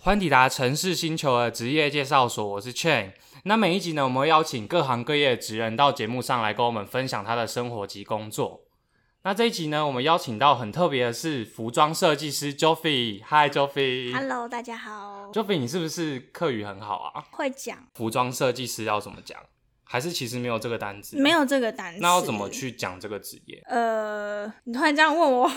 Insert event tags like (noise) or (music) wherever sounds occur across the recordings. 欢迎抵达城市星球的职业介绍所，我是 Chain。那每一集呢，我们会邀请各行各业的职人到节目上来跟我们分享他的生活及工作。那这一集呢，我们邀请到很特别的是服装设计师 Joffy。嗨 Joffy，Joffy Hello，大家好，你是不是课语很好啊？会讲服装设计师要怎么讲？还是其实没有这个单字？啊没。有这个单词，那要怎么？去讲这个职业？呃，你突然这样问我， (laughs)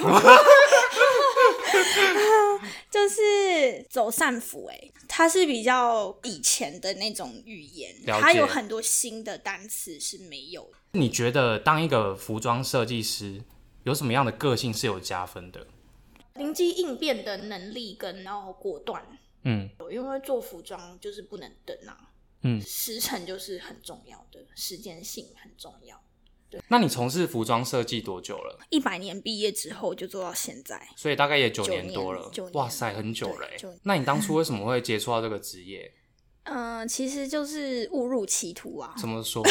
就是走散服哎、它是比较以前的那种语言，了解它有很多新的单词是没有的。你觉得当一个服装设计师有什么样的个性是有加分的？灵机应变的能力跟然后果断，嗯，因为做服装就是不能等啊，嗯时辰就是很重要的，时间性很重要。那你从事服装设计多久了？一百年毕业之后就做到现在，所以大概也九九年多年了九。年哇塞，很久了欸对九年那你当初为什么会接触到这个职业？嗯、其实就是误入歧途啊，怎么说？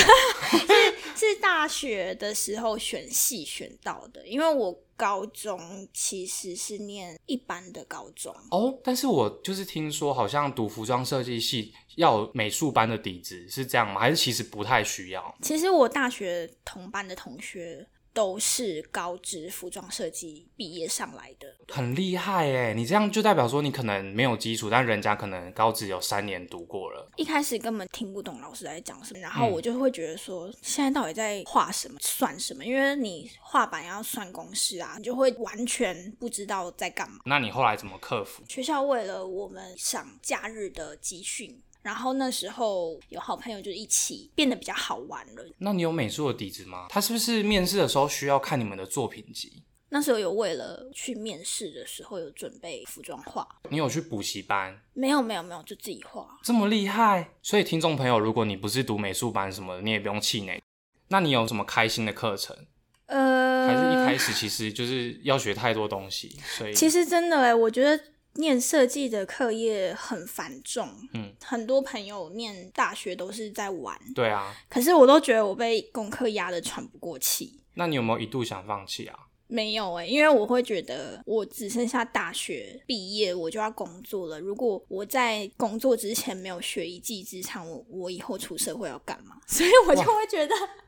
是大学的时候选系选到的，因为我高中其实是念一般的高中， (laughs) 哦，但是我就是听说，好像读服装设计系要有美术班的底子，是这样吗？还是其实不太需要？其实我大学同班的同学都是高职服装设计毕业上来的，很厉害哎！你这样就代表说你可能没有基础，但人家可能高职有三年读过了。一开始根本听不懂老师在讲什么，然后我就会觉得说，现在到底在画什么、算什么？因为你画板要算公式啊，你就会完全不知道在干嘛。那你后来怎么克服？学校为了我们上假日的集训，然后那时候有好朋友就一起变得比较好玩了。那你有美术的底子吗？他是不是面试的时候需要看你们的作品集？那时候有为了去面试的时候有准备服装画，你有去补习班？没有没有没有，就自己画。这么厉害！所以听众朋友，如果你不是读美术班什么的，你也不用气馁。那你有什么开心的课程？呃，还是一开始其实就是要学太多东西，所以其实真的哎、我觉得念设计的课业很繁重，嗯，很多朋友念大学都是在玩，对啊。可是我都觉得我被功课压得喘不过气。那你有没有一度想放弃啊？没有哎、因为我会觉得我只剩下大学毕业，我就要工作了。如果我在工作之前没有学一技之长，我我以后出社会要干嘛？ (laughs) 所以我就会觉得 (laughs)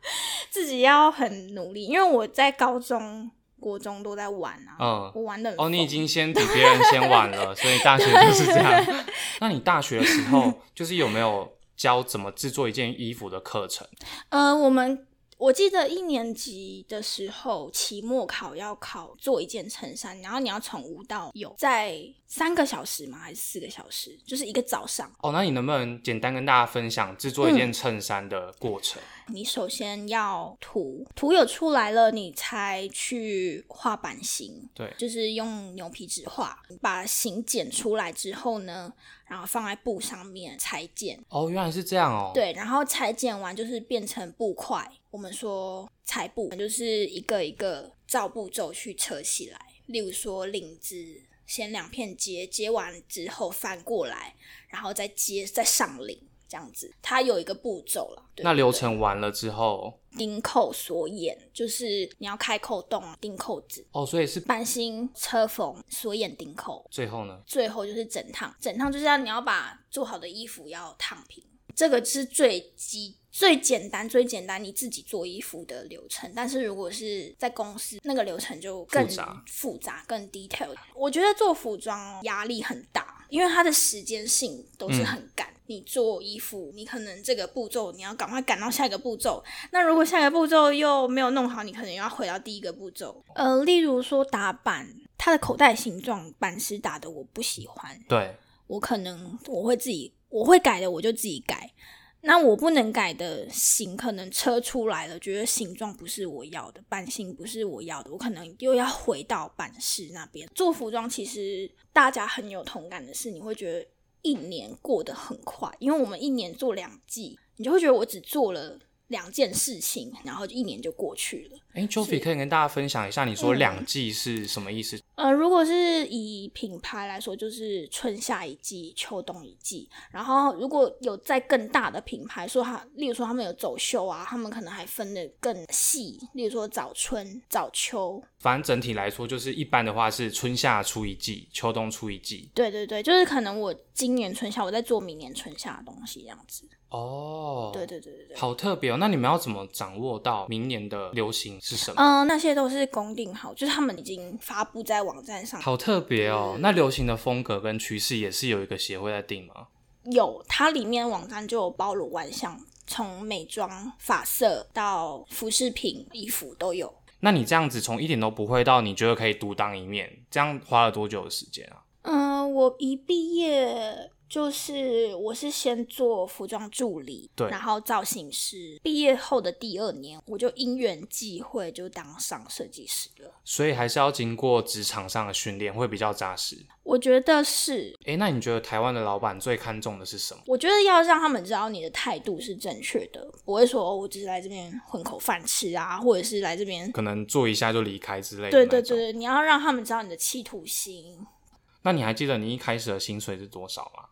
自己要很努力，因为我在高中、国中都在玩啊，嗯，我玩的哦，你已经先比别人先晚 (laughs) 了，所以大学就是这样。那你大学的时候，就是有没有教怎么制作一件衣服的课程？呃，我们我记得一年级的时候，期末考要考做一件衬衫，然后你要从无到有，在三个小时吗？还是四个小时？就是一个早上。哦，那你能不能简单跟大家分享制作一件衬衫的过程？你首先要涂，涂有出来了，你才去画版型，对，就是用牛皮纸画，把型剪出来之后呢，然后放在布上面裁剪，哦，原来是这样哦。，对，然后裁剪完就是变成布块，我们说裁布就是一个一个照步骤去扯起来。例如说领子，先两片接，接完之后翻过来，然后再接再上领，这样子，它有一个步骤了。对那对流对程完了之后，钉扣锁眼，就是你要开扣洞、啊钉扣子、哦，所以是版型、车缝、锁眼、钉扣，最后呢？最后就是整烫，整烫就是要你要把做好的衣服要烫平，这个是最基最简单最简单你自己做衣服的流程。但是如果是在公司，那个流程就更复杂复杂更 detail。我觉得做服装压力很大，因为它的时间性都是很赶。你做衣服，你可能这个步骤你要赶快赶到下一个步骤，那如果下一个步骤又没有弄好，你可能要回到第一个步骤。呃，例如说打板，它的口袋形状板石打的我不喜欢，对，我可能我会自己我会改的我就自己改。那我不能改的型，可能车出来了，觉得形状不是我要的，版型不是我要的，我可能又要回到版式那边做服装。其实大家很有同感的是，你会觉得一年过得很快，因为我们一年做两季，你就会觉得我只做了两件事情，然后就一年就过去了。哎、哎，Jovi 可以嗯跟大家分享一下，你说两季是什么意思？呃，如果是以品牌来说，就是春夏一季、秋冬一季。然后，如果有在更大的品牌，说它，例如说他们有走秀啊，他们可能还分的更细，例如说早春、早秋。反正整体来说，就是一般的话是春夏出一季，秋冬出一季。对对对，就是可能我今年春夏，我在做明年春夏的东西这样子。哦，对对对对对。好特别哦！那你们要怎么掌握到明年的流行是什么？嗯、那些都是公定好，就是他们已经发布在网站上。好特别哦！嗯那流行的风格跟趋势也是有一个协会在定吗？有，它里面网站就有包罗万象，从美妆、发色到服饰品、衣服都有。那你这样子从一点都不会到你觉得可以独当一面，这样花了多久的时间啊？嗯、我一毕业就是我是先做服装助理，对然后造型师。毕业后的第二年，我就因缘际会就当上设计师了。所以还是要经过职场上的训练会比较扎实。我觉得是，诶，那你觉得台湾的老板最看重的是什么？我觉得要让他们知道你的态度是正确的，不会说、哦、我只是来这边混口饭吃啊，或者是来这边。可能做一下就离开之类的。对对对。对，你要让他们知道你的企图心。那你还记得你一开始的薪水是多少吗？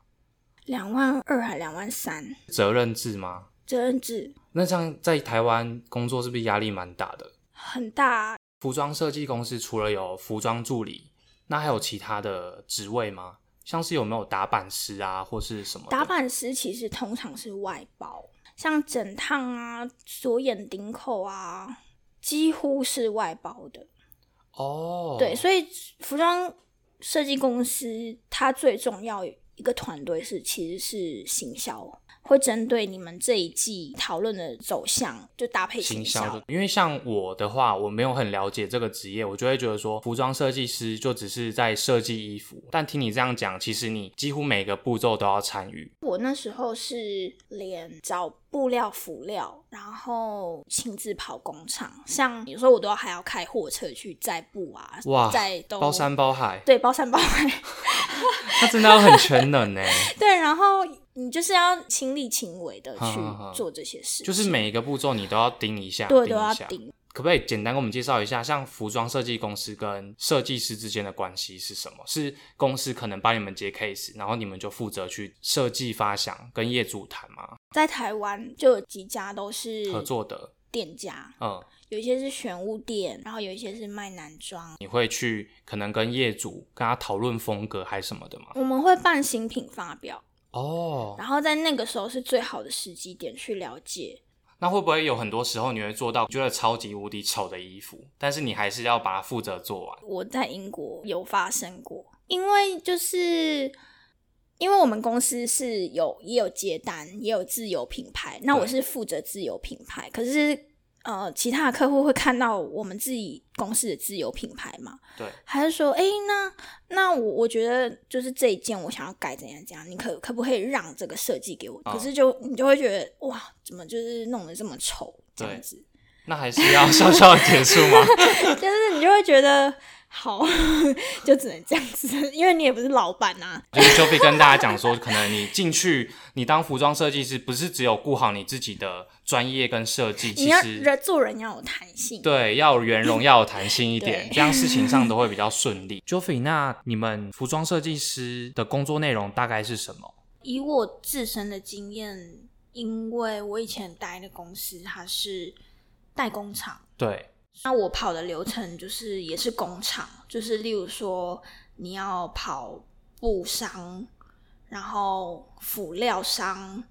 两万二还两万三，责任制吗？责任制那这样在台湾工作是不是压力蛮大的？很大啊、服装设计公司除了有服装助理，那还有其他的职位吗？像是有没有打版师啊，或是什么的打板师其实通常是外包，像整烫啊、锁眼顶口啊，几乎是外包的。哦，对，所以服装设计公司它最重要一个团队是其实是行销，会针对你们这一季讨论的走向就搭配行销销的。，因为像我的话，我没有很了解这个职业，我就会觉得说，服装设计师就只是在设计衣服。但听你这样讲，其实你几乎每个步骤都要参与。我那时候是连找布料、辅料，然后亲自跑工厂，像有时候我都还要开货车去载布啊，哇载都包山包海，对，包山包海。 (laughs) 那真的要很全能欸呢、对，然后你就是要亲力亲为的好去好好做这些事 (laughs) 情，就是每一个步骤你都要盯一下，对盯都一要下。顶。可不可以简单跟我们介绍一下，像服装设计公司跟设计师之间的关系是什么？是公司可能帮你们接 case，然后你们就负责去设计、发想跟业主谈嘛，在台湾就有几家都是合作的。店家，嗯，有一些是玄物店，然后有一些是卖男装。你会去可能跟业主跟他讨论风格还是什么的吗？我们会办新品发表，哦，然后在那个时候是最好的时机点去了解。那会不会有很多时候你会做到觉得超级无敌丑的衣服，但是你还是要把它负责做完？我在英国有发生过，因为就是。因为我们公司是有也有接单，也有自有品牌，那我对是负责自有品牌，可是呃，其他的客户会看到我们自己公司的自有品牌嘛，对，还是说，哎、那那我我觉得就是这一件我想要改怎样怎样，你可可不可以让这个设计给我？哦可是就你就会觉得哇，怎么就是弄得这么丑这样子，那还是要笑笑地结束吗？就是你就会觉得好， (laughs) 就只能这样子，因为你也不是老板啊，就是 Joey 跟大家讲说，可能你进去，你当服装设计师，不是只有顾好你自己的专业跟设计，你其要实人做人要有弹性。对要圆融，要有弹性一点，对这样事情上都会比较顺利。Joey，那你们服装设计师的工作内容大概是什么？以我自身的经验，因为我以前待的公司它是代工厂。对，那我跑的流程就是也是工厂，就是例如说你要跑布商，然后辅料商，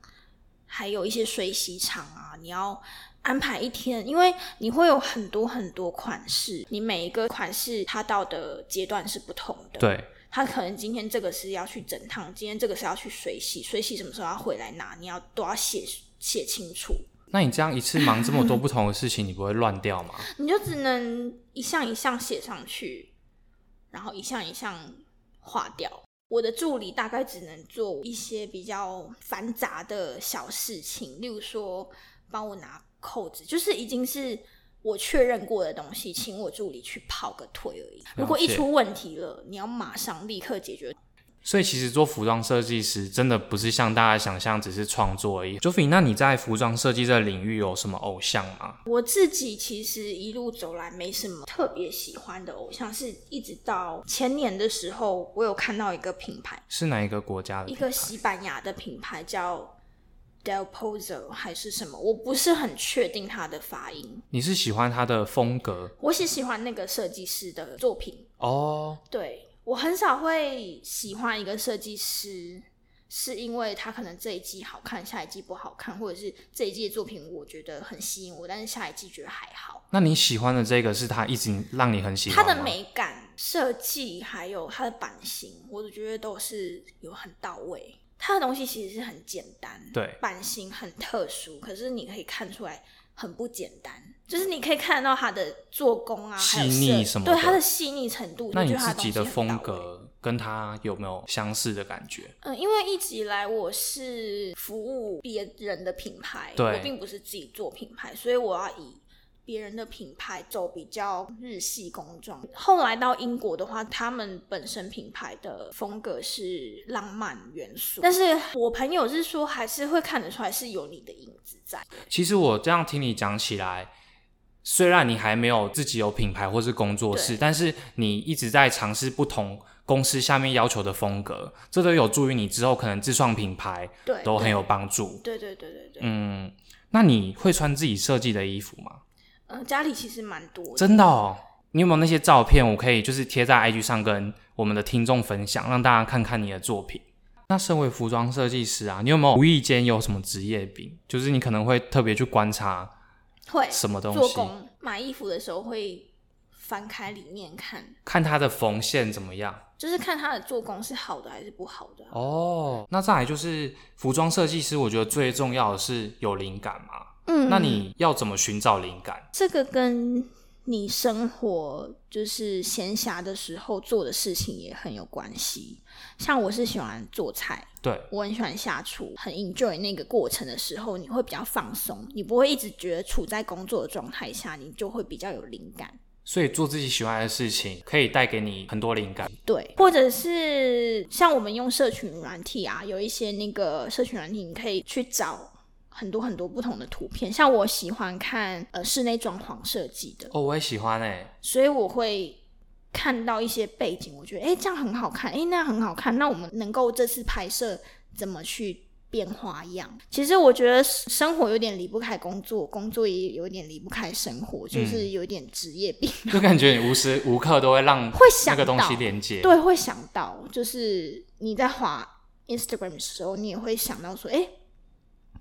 还有一些水洗厂啊，你要安排一天，因为你会有很多很多款式，你每一个款式它到的阶段是不同的。，对，它可能今天这个是要去整烫，今天这个是要去水洗，水洗什么时候要回来拿，你要都要写写清楚。那你这样一次忙这么多不同的事情，你不会乱掉吗？你就只能一项一项写上去，然后一项一项划掉。我的助理大概只能做一些比较繁杂的小事情，例如说帮我拿扣子，就是已经是我确认过的东西，请我助理去跑个腿而已。如果一出问题了，你要马上立刻解决。所以其实做服装设计师真的不是像大家想象只是创作而已。Joffy，那你在服装设计这领域有什么偶像吗？我自己其实一路走来没什么特别喜欢的偶像，是一直到前年的时候，我有看到一个品牌，是哪一个国家的一品牌？个西班牙的品牌叫 Del Pozo 还是什么，我不是很确定它的发音。你是喜欢它的风格我是喜欢那个设计师的作品，哦？对我很少会喜欢一个设计师，是因为他可能这一季好看，下一季不好看，或者是这一季的作品我觉得很吸引我，但是下一季觉得还好。那你喜欢的这个是他一直让你很喜它欢的吗美感设计还有它的版型，我觉得都是有很到位。它的东西其实是很简单，对版型很特殊，可是你可以看出来很不简单，就是你可以看得到它的做工啊，还有细腻设什么对的它的细腻程度。那我你觉得它自己的东西很风到位格跟他有没有相似的感觉？嗯，因为一直以来我是服务别人的品牌，对我并不是自己做品牌，所以我要以别人的品牌走比较日系工装。后来到英国的话，他们本身品牌的风格是浪漫元素，但是我朋友是说还是会看得出来是有你的影子在。其实我这样听你讲起来，虽然你还没有自己有品牌或是工作室，对但是你一直在尝试不同公司下面要求的风格，这都有助于你之后可能自创品牌对，都很有帮助。对。对对对对对，嗯，那你会穿自己设计的衣服吗？嗯、家里其实蛮多的，真的哦，你有没有那些照片？我可以就是贴在 IG 上跟我们的听众分享，让大家看看你的作品。那身为服装设计师啊，你有没有无意间有什么职业病？就是你可能会特别去观察会什么东做西，工买衣服的时候会翻开里面看。看它的缝线怎么样。就是看它的做工是好的还是不好的啊。哦，那再来就是服装设计师，我觉得最重要的是有灵感嘛。嗯那你要怎么寻找灵感？这个跟你生活就是闲暇的时候做的事情也很有关系。像我是喜欢做菜，对，我很喜欢下厨，很 enjoy 那个过程的时候，你会比较放松，你不会一直觉得处在工作的状态下，你就会比较有灵感。所以做自己喜欢的事情，可以带给你很多灵感。对，或者是像我们用社群软体啊，有一些那个社群软体，你可以去找很多很多不同的图片。像我喜欢看呃室内装潢设计的，哦，我也喜欢哎、所以我会看到一些背景，我觉得诶这样很好看，诶那样很好看，那我们能够这次拍摄怎么去？变花样，其实我觉得生活有点离不开工作，工作也有点离不开生活，就是有点职业病， (laughs) 就感觉你无时无刻都会让会那想个东到西连接。对，会想到，就是你在滑 Instagram 的时候，你也会想到说，哎、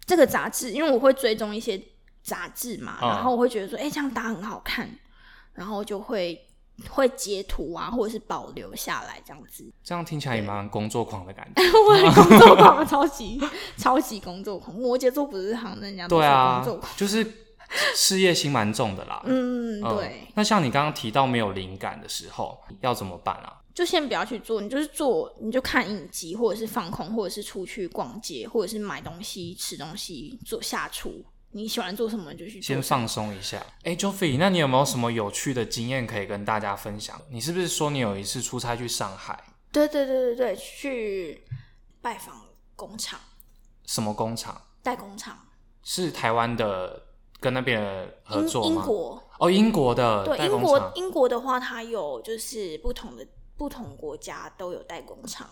这个杂志，因为我会追踪一些杂志嘛，嗯然后我会觉得说，哎、这样打很好看，然后就会会截图啊，或者是保留下来这样子。 (laughs) 这样听起来也蛮工作狂的感觉。我很工作狂啊，超级超级工作狂。摩羯座不是好像人家都对说工啊作狂？，就是事业心蛮重的啦。嗯，嗯对。那像你刚刚提到没有灵感的时候，要怎么办啊？就先不要去做，你就是做，你就看影集，或者是放空，或者是出去逛街，或者是买东西、吃东西、做下厨。你喜欢做什么你就去做先。放松一下。哎、j o f f y 那你有没有什么有趣的经验可以跟大家分享？你是不是说你有一次出差去上海，对对对对对，去拜访工厂、什么工厂？代工厂，是台湾的跟那边的合英作英吗？国哦，英国的对代英工国厂。英国的话，它有就是不同的不同国家都有代工厂。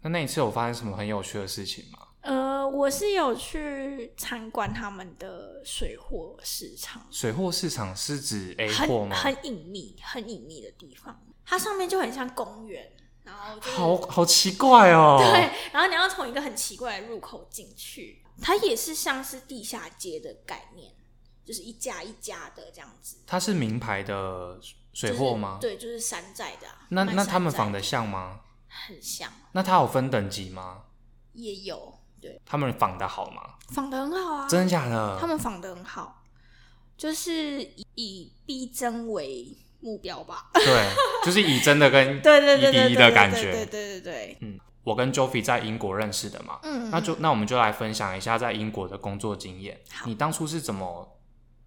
那那一次有发生什么很有趣的事情吗？呃，我是有去参观他们的水货市场，水货市场是指 A 货很吗？很隐秘、很隐秘的地方，它上面就很像公园，然后就是好好奇怪哦。对，然后你要从一个很奇怪的入口进去，它也是像是地下街的概念，就是一家一家的这样子。它是名牌的水就是货吗？对，就是山寨的啊、那卖那山他们寨仿的得像吗？很像，那它有分等级吗？也有对，他们仿得好吗？仿的很好啊，真的假的？他们仿的很好，就是以以逼真为目标吧。对，就是以真的跟 (laughs) 对对对以对第一对的对感对对觉。对对对，我跟 Joffy 在英国认识的嘛，嗯，那就那我们就来分享一下在英国的工作经验。好你当初是怎么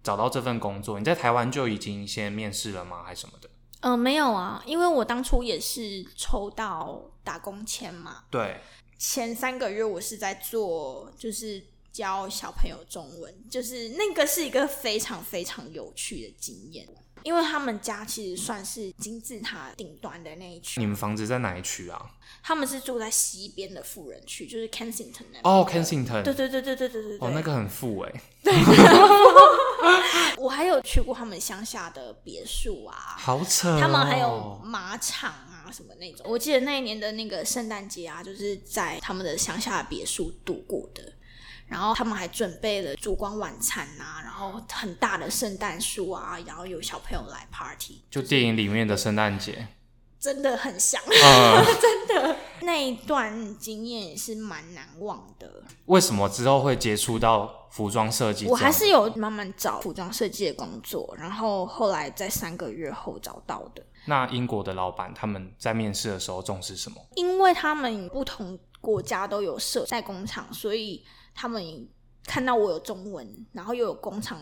找到这份工作？你在台湾就已经先面试了吗？还是什么的？呃，没有啊，因为我当初也是抽到打工签嘛，对，前三个月我是在做，就是教小朋友中文，就是那个是一个非常非常有趣的经验，因为他们家其实算是金字塔顶端的那一你群，们房子在哪一区啊？他们是住在西边的富人区，就是 Kensington 那边哦的，Kensington，对对对对对对对对，哦，那个很富哎、我还有去过他们乡下的别墅啊，好扯、哦。他们还有马场啊什么那种。我记得那一年的那个圣诞节啊，就是在他们的乡下的别墅度过的。然后他们还准备了烛光晚餐啊，然后很大的圣诞树啊，然后有小朋友来 party，就电影里面的圣诞节，真的很像。嗯，那一段经验也是蛮难忘的。 (laughs) 为什么之后会接触到服装设计这样？我还是有慢慢找服装设计的工作，然后后来在三个月后找到的。那英国的老板他们在面试的时候重视什么？因为他们不同国家都有设代工厂，所以他们看到我有中文，然后又有工厂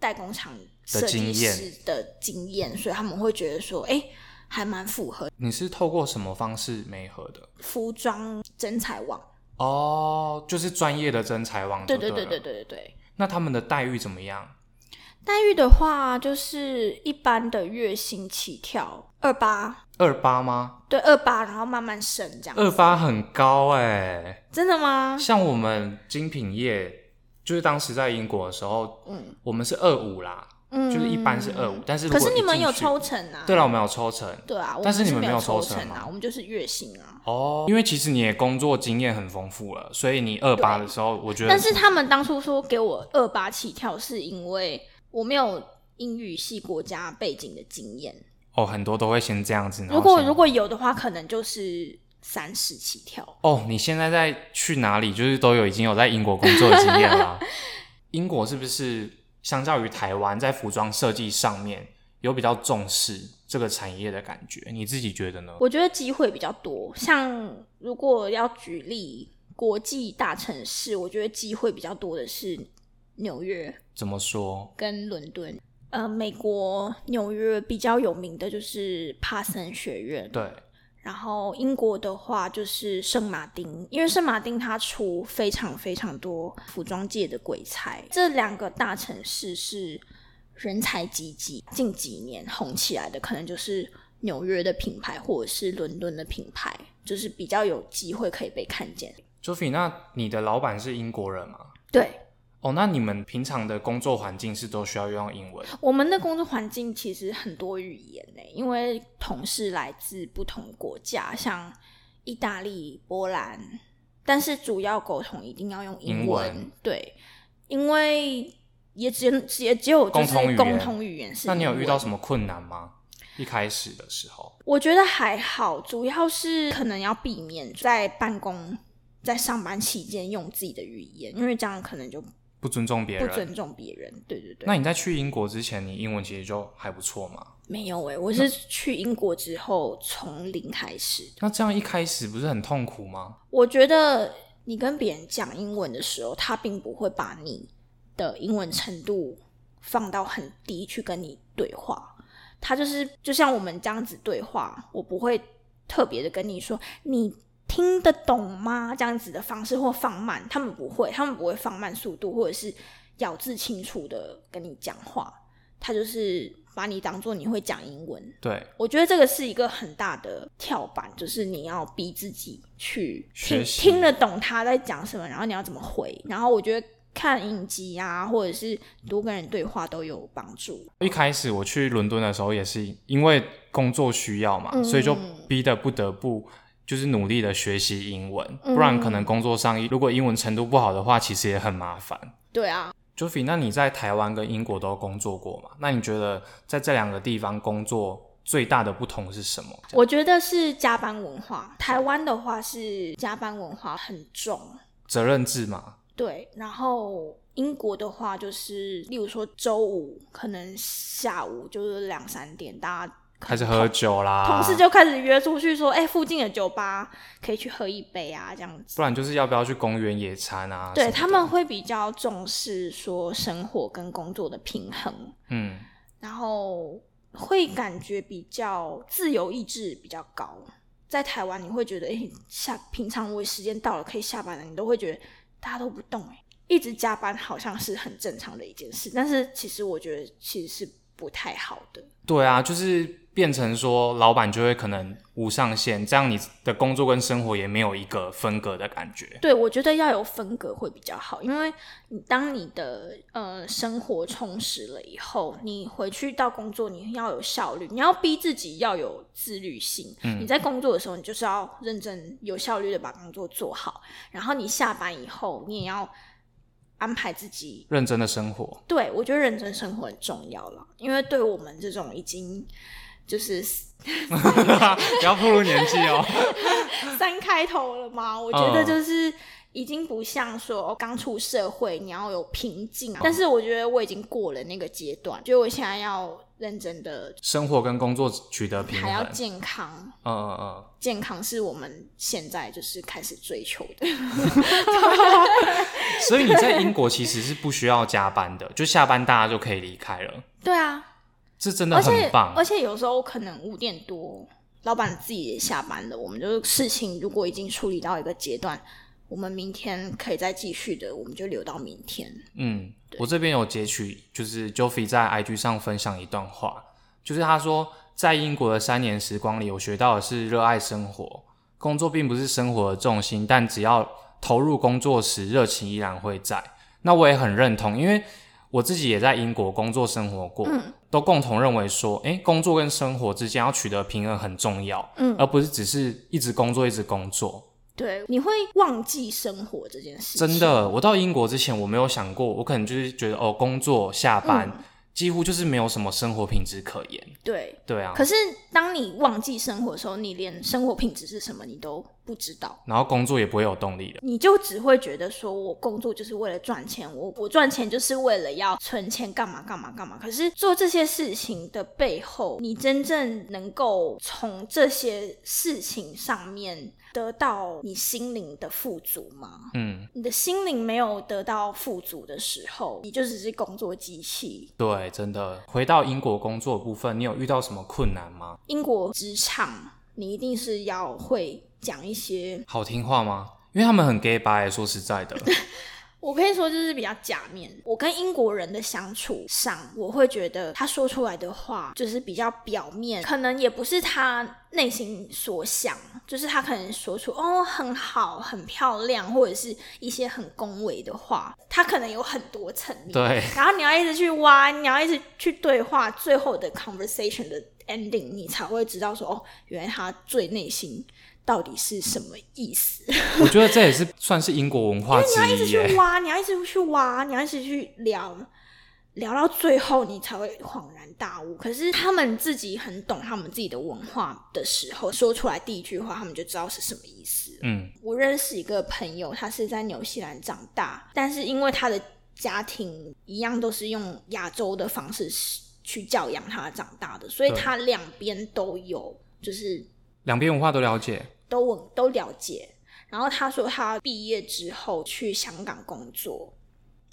代工厂设计师的经验，所以他们会觉得说，哎、还蛮符合你是透过什么方式媒合的？服装真才网。哦，就是专业的真才网。对对对对了对。对对对。那他们的待遇怎么样？待遇的话，就是一般的月薪起跳二八，二八吗？对二八，然后慢慢升这样。二八很高哎、真的吗？像我们精品业，就是当时在英国的时候，嗯我们是二五啦，嗯，就是一般是二五，。但是如可果是你一们进有去抽成啊？对了，我们有抽成对啊，我但是你们没没有抽抽成啊吗，我们就是月薪啊。哦，因为其实你的工作经验很丰富了，所以你二八对的时候，我觉得但是他们当初说给我二八起跳，是因为我没有英语系国家背景的经验。哦，很多都会先这样子。然后如果先如果有的话，可能就是三十起跳。哦，你现在在去哪里？就是都有已经有在英国工作的经验啦。 (laughs) 英国是不是相较于台湾在服装设计上面有比较重视这个产业的感觉？你自己觉得呢？我觉得机会比较多，像如果要举例国际大城市，我觉得机会比较多的是纽约怎么说？跟伦敦。呃，美国纽约比较有名的就是帕森学院，对，然后英国的话就是圣马丁，因为圣马丁它出非常非常多服装界的鬼才，这两个大城市是人才济济，近几年红起来的可能就是纽约的品牌或者是伦敦的品牌，就是比较有机会可以被看见。 Joffy，那你的老板是英国人吗？对，哦，那你们平常的工作环境是都需要用到英文？我们的工作环境其实很多语言呢、因为同事来自不同国家，像意大利、波兰，但是主要沟通一定要用英英文对，因为也只能只也只有就共是同语言共同语言是。那你有遇到什么？么困难吗？一开始的时候，我觉得还好，主要是可能要避免在办公、在上班期间用自己的语言，因为这样可能就不不尊重别人。尊重别人。对对对。那你在去英国之前，你英文其实就还不错嘛？没有诶、我是去英国之后从零开始那这样一开始不是很痛苦吗？我觉得你跟别人讲英文的时候，他并不会把你的英文程度放到很低去跟你对话，他就是就像我们这样子对话，我不会特别的跟你说你。听得懂吗？这样子的方式或放慢，他们不会，他们不会放慢速度，或者是咬字清楚的跟你讲话。他就是把你当做你会讲英文，对，我觉得这个是一个很大的跳板，就是你要逼自己去听学习听得懂他在讲什么，然后你要怎么回。然后我觉得看影集啊，或者是多跟人对话都有帮助。一开始我去伦敦的时候也是因为工作需要嘛，嗯所以就逼得不得不就是努力的学习英文，嗯不然可能工作上如果英文程度不好的话，其实也很麻烦。对啊， Joffy，那你在台湾跟英国都工作过嘛？那你觉得在这两个地方工作最大的不同是什么？我觉得是加班文化。台湾的话是加班文化很重，责任制嘛，对，然后。英国的话，就是例如说周五可能下午就是两三点，大家可能开始喝酒啊啦，同事就开始约出去说，哎、附近的酒吧可以去喝一杯啊，这样子。不然就是要不要去公园野餐啊？什对么的他们会比较重视说生活跟工作的平衡，嗯，然后会感觉比较自由意志比较高。在台湾，你会觉得，哎、下平常我时间到了可以下班了，你都会觉得大家都不动、哎，一直加班好像是很正常的一件事，但是其实我觉得其实是不太好的。对啊，就是变成说，老板就会可能无上限，这样你的工作跟生活也没有一个分隔的感觉。对，我觉得要有分隔会比较好，因为你当你的呃生活充实了以后，你回去到工作，你要有效率，你要逼自己要有自律性。你在工作的时候，你就是要认真、有效率的把工作做好，然后你下班以后，你也要安排自己认真的生 (laughs) 活，对，我觉得认真生活很重要了，因为对我们这种已经就是不要暴露年纪 (laughs) 哦。三开头了嘛，我觉得就是已经不像说哦刚出社会你要有瓶颈啊，但是我觉得我已经过了那个阶段，觉得我现在要认真的，生活跟工作取得平还衡要。健康，嗯嗯嗯，健康是我们现在就是开始追求的。所以你在英国其实是不需要加班的，就下班大家就可以离开了， (laughs) 对啊，这真的而且很棒而。且有时候可能五点多，老板自己也下班了，我们就是事情如果已经处理到一个阶段。我们明天可以再继续的，我们就留到明天。嗯，我这边有截取，就是 Joffy 在 IG 上分享一段话，就是他说，在英国的三年时光里，我学到的是热爱生活，工作并不是生活的重心，但只要投入工作时，热情依然会在。那我也很认同，因为我自己也在英国工作生活过，都共同认为说，诶、工作跟生活之间要取得平衡很重要，嗯而不是只是一直工作一直工作。对，你会忘记生活这件事情。真的，我到英国之前我没有想过，我可能就是觉得哦，工作下班、嗯几乎就是没有什么生活品质可言。对。对啊可，是当你忘记生活的时候，你连生活品质是什么你都不知道，然后工作也不会有动力了。你就只会觉得说我工作就是为了赚钱，我我赚钱就是为了要存钱，干嘛干嘛干嘛。可是做这些事情的背后，你真正能够从这些事情上面得到你心灵的富足吗？嗯，你的心灵没有得到富足的时候，你就只是工作机器，对，真的。回到英国工作的部分，你有遇到什么困难吗？英国职场，你一定是要会讲一些，好听话吗？因为他们很 gay 白、说实在 (laughs) 的，我可以说就是比较假面。我跟英国人的相处上，我会觉得他说出来的话就是比较表面，可能也不是他内心所想，就是他可能说出哦很好、很漂亮，或者是一些很恭维的话，他可能有很多层面。对，然后你要一直去挖，你要一直去对话，最后的 conversation 的 ending，你才会知道说，哦，原来他最内心到底是什么意思。我觉得这也是算是英国文化一之直一耶。 (laughs) 去挖，你要一直去挖，你要一直去聊，聊到最后你才会恍然大悟。可是他们自己很懂他们自己的文化的时候，说出来第一句话，他们就知道是什么意思了。嗯，我认识一个朋友，他是在纽西兰长大，但是因为他的家庭一样都是用亚洲的方式去教养他长大的，所以对他两边都有，就是两边文化都了解。都我都了解。然后他说他毕业之后去香港工作，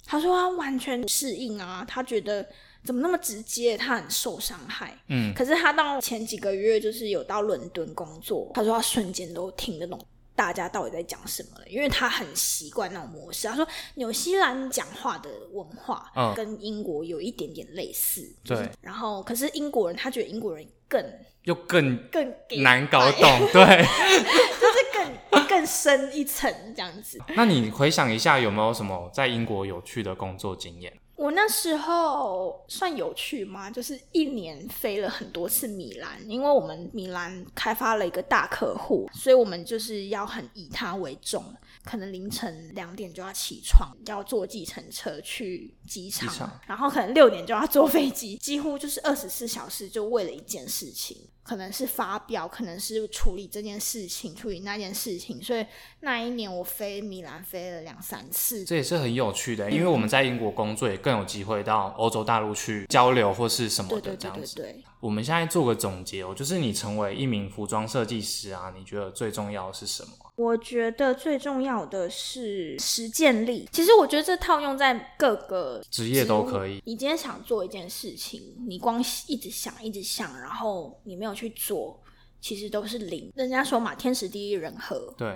他说他完全不适应啊，他觉得怎么那么直接，他很受伤害。嗯，可是他到前几个月就是有到伦敦工作，他说他瞬间都听得懂大家到底在讲什么了，因为他很习惯那种模式。他说纽西兰讲话的文化，嗯跟英国有一点点类似，就是对。然后可是英国人他觉得英国人更又更更给难搞白懂。 (laughs) 对，就是更 (laughs) 更深一层这样子。那你回想一下，有没有什么在英国有趣的工作经验？我那时候算有趣吗？就是一年飞了很多次米兰，因为我们米兰开发了一个大客户，所以我们就是要很以他为重，可能凌晨两点就要起床，要坐计程车去机场，机场然后可能六点就要坐飞机， (laughs) 几乎就是二十四小时就为了一件事情。可能是发表，可能是处理这件事情，处理那件事情，所以那一年我飞米兰飞了两三次，这也是很有趣的，因为嗯我们在英国工作，也更有机会到欧洲大陆去交流或是什么对对的这对样对子。对。我们现在做个总结哦，就是你成为一名服装设计师啊，你觉得最重要的是什么？我觉得最重要的是实践力。其实我觉得这套用在各个职业都可以。你今天想做一件事情，你光一直想一直想，然后你没有去做，其实都是零。人家说嘛，天时地利人和，对，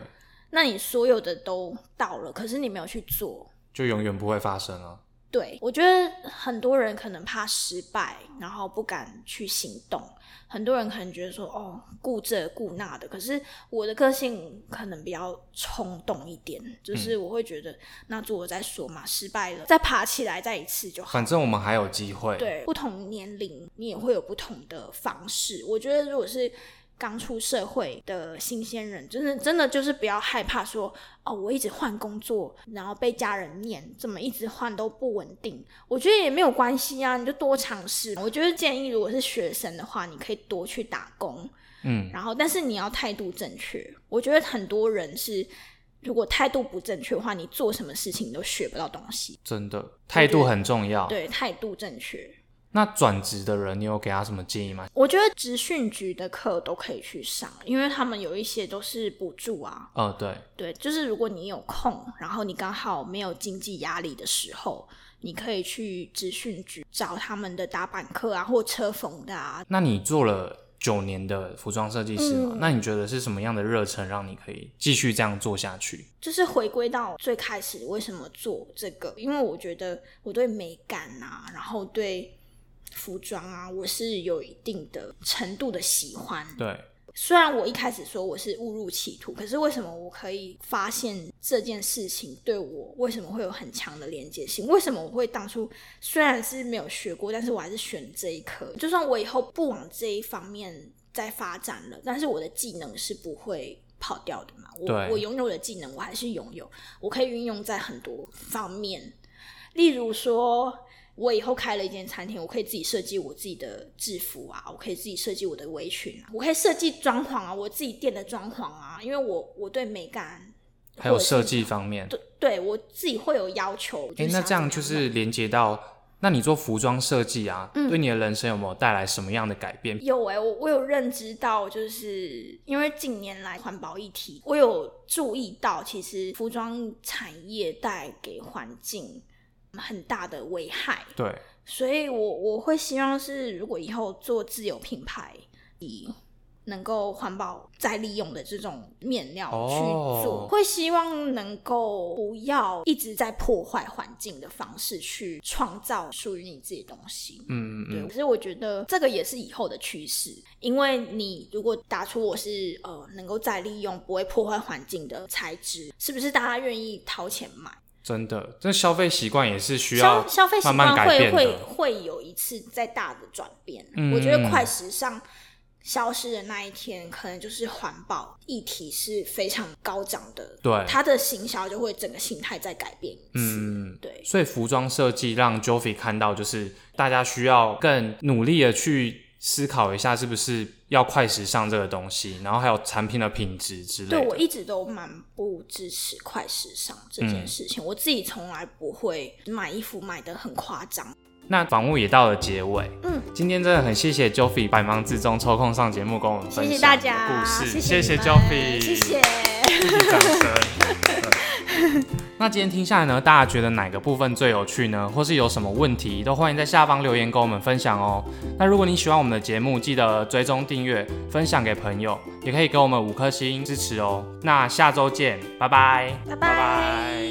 那你所有的都到了，可是你没有去做。就永远不会发生了。对，我觉得很多人可能怕失败，然后不敢去行动。很多人可能觉得说，哦，顾这顾那的。可是我的个性可能比较冲动一点，就是我会觉得、那做了再说嘛，失败了再爬起来再一次就好。反正我们还有机会。对，不同年龄你也会有不同的方式。我觉得如果是刚出社会的新鲜人，就是真的就是不要害怕说哦，我一直换工作，然后被家人念，怎么一直换都不稳定。我觉得也没有关系啊，你就多尝试。我觉得建议，如果是学生的话，你可以多去打工，嗯，然后但是你要态度正确。我觉得很多人是。如果态度不正确的话，你做什么事情你都学不到东西。真的，态度很重要。对，态度正确。那转职的人，你有给他什么建议吗？我觉得职训局的课都可以去上，因为他们有一些都是补助啊。呃，对，对，就是如果你有空，然后你刚好没有经济压力的时候，你可以去职训局找他们的打板课啊，或车缝的啊。那你做了九年的服装设计师嘛？嗯那你觉得是什么样的热忱让你可以继续这样做下去？就是回归到最开始为什么做这个，因为我觉得我对美感啊，然后对服装啊，我是有一定的程度的喜欢。对，虽然我一开始说我是误入歧途，可是为什么我可以发现这件事情对我为什么会有很强的连接性？为什么我会当初虽然是没有学过，但是我还是选这一科？就算我以后不往这一方面再发展了，但是我的技能是不会。跑掉的嘛，我对我拥有的技能我还是拥有，我可以运用在很多方面，例如说，我以后开了一间餐厅，我可以自己设计我自己的制服啊，我可以自己设计我的围裙啊，我可以设计装潢啊，我自己店的装潢啊，因为我我对美感还有设计方面。对对我自己会有要求。诶，是那想这样就怎么是连接到，那你做服装设计啊，嗯对你的人生有没有带来什么样的改变？有哎、我我有认知到，就是因为近年来环保议题，我有注意到，其实服装产业带给环境很大的危害。对，所以我我会希望是，如果以后做自有品牌，以能够环保再利用的这种面料去做，哦会希望能够不要一直在破坏环境的方式去创造属于你自己的东西。嗯嗯对，嗯，可是我觉得这个也是以后的趋势，因为你如果打出我是呃能够再利用、不会破坏环境的材质，是不是大家愿意掏钱买？真的，这消费习惯也是需要消消费习慢慢惯改会变的。会会有一次再大的转变。啊嗯我觉得快时尚消失的那一天，可能就是环保议题是非常高涨的，对它的行销就会整个形态再改变一次。嗯，对，所以服装设计让 Joffy 看到，就是大家需要更努力的去思考一下，是不是要快时尚这个东西，然后还有产品的品质之对类我的。一直都蛮不支持快时尚这嗯件事情，我自己从来不会买衣服买的很夸张。那访问也到了结尾，嗯，今天真的很谢谢 Joffy 百忙之中抽空上节目跟我们谢分谢享大你的故家，事，谢谢你们 Joffy，谢谢。自己掌声。对 (laughs) 那今天听下来呢，大家觉得哪个部分最有趣呢？或是有什么问题，都欢迎在下方留言跟我们分享哦。那如果你喜欢我们的节目，记得追踪订阅、分享给朋友，也可以给我们五颗星支持哦。那下周见，拜拜，拜拜